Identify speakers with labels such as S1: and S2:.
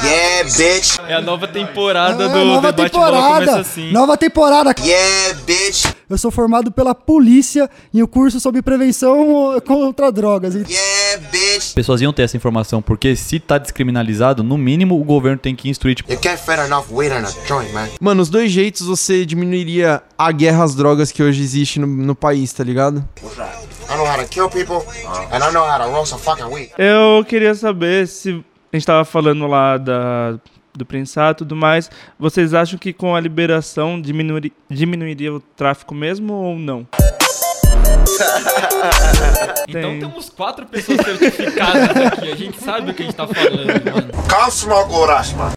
S1: Yeah, bitch.
S2: É a nova temporada
S3: Ah,
S2: do
S3: nova
S2: debate bola
S3: temporada!
S2: começa assim.
S3: Nova temporada!
S1: Yeah, bitch.
S3: Eu sou formado pela polícia em um curso sobre prevenção contra drogas. E-
S1: Yeah, bitch.
S4: Pessoas iam ter essa informação, porque se tá descriminalizado, no mínimo o governo tem que instruir, tipo,
S1: You can't fit enough weight on a joint, man.
S5: Mano, os dois jeitos você diminuiria a guerra às drogas que hoje existe no, no país, tá ligado?
S1: I know how to kill people, and I know how to roast a fucking week.
S6: Eu queria saber se a gente tava falando lá da, do prensar e tudo mais. Vocês acham que com a liberação diminuiri- diminuiria o tráfico mesmo ou não?
S2: Então
S6: Tem.
S2: temos quatro pessoas certificadas aqui. A gente sabe o que a gente tá falando, mano.
S1: Come smoke with us, man.